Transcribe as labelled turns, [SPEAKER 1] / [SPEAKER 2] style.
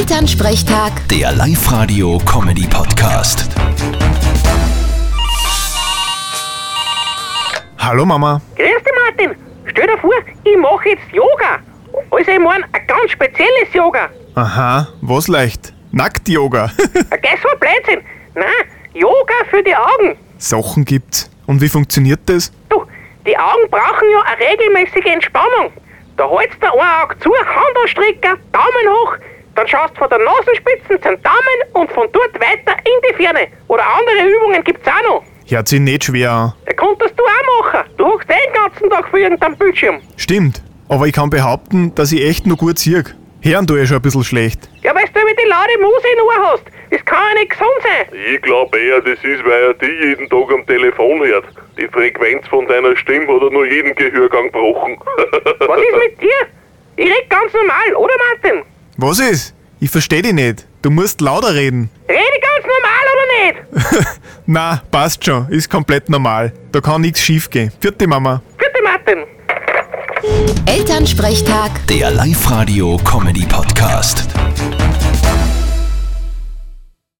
[SPEAKER 1] Elternsprechtag,
[SPEAKER 2] Der Live-Radio-Comedy-Podcast.
[SPEAKER 3] Hallo Mama.
[SPEAKER 4] Grüß dich, Martin. Stell dir vor, ich mache jetzt Yoga. Also, ich meine, ein ganz spezielles Yoga.
[SPEAKER 3] Aha, was leicht? Nackt-Yoga.
[SPEAKER 4] Ein Geiß war Blödsinn. Nein, Yoga für die Augen.
[SPEAKER 3] Sachen gibt's. Und wie funktioniert das?
[SPEAKER 4] Du, die Augen brauchen ja eine regelmäßige Entspannung. Da hältst du ein Auge zu, Hand anstrecken, Daumen hoch, dann schaust von der Nasenspitze zum Daumen und von dort weiter in die Ferne. Oder andere Übungen gibt's auch noch.
[SPEAKER 3] Hört sich nicht schwer an.
[SPEAKER 4] Da konntest du auch machen. Du hockst eh den ganzen Tag vor irgendeinem Bildschirm.
[SPEAKER 3] Stimmt. Aber ich kann behaupten, dass ich echt nur gut sieg. Hören tu ich schon ein bisschen schlecht.
[SPEAKER 4] Ja, weil du über die laute Muse in Ohr hast. Das kann ja nicht gesund sein.
[SPEAKER 5] Ich glaube eher, das ist, weil er die jeden Tag am Telefon hört. Die Frequenz von deiner Stimme hat er nur jeden Gehörgang gebrochen.
[SPEAKER 4] Was ist mit dir? Ich red ganz normal, oder Martin?
[SPEAKER 3] Was ist? Ich versteh dich nicht. Du musst lauter reden.
[SPEAKER 4] Rede ganz normal oder nicht?
[SPEAKER 3] Na, passt schon. Ist komplett normal. Da kann nichts schief gehen. Vierte Mama.
[SPEAKER 4] Bitte, Martin.
[SPEAKER 1] Elternsprechtag.
[SPEAKER 2] Der Live-Radio-Comedy-Podcast.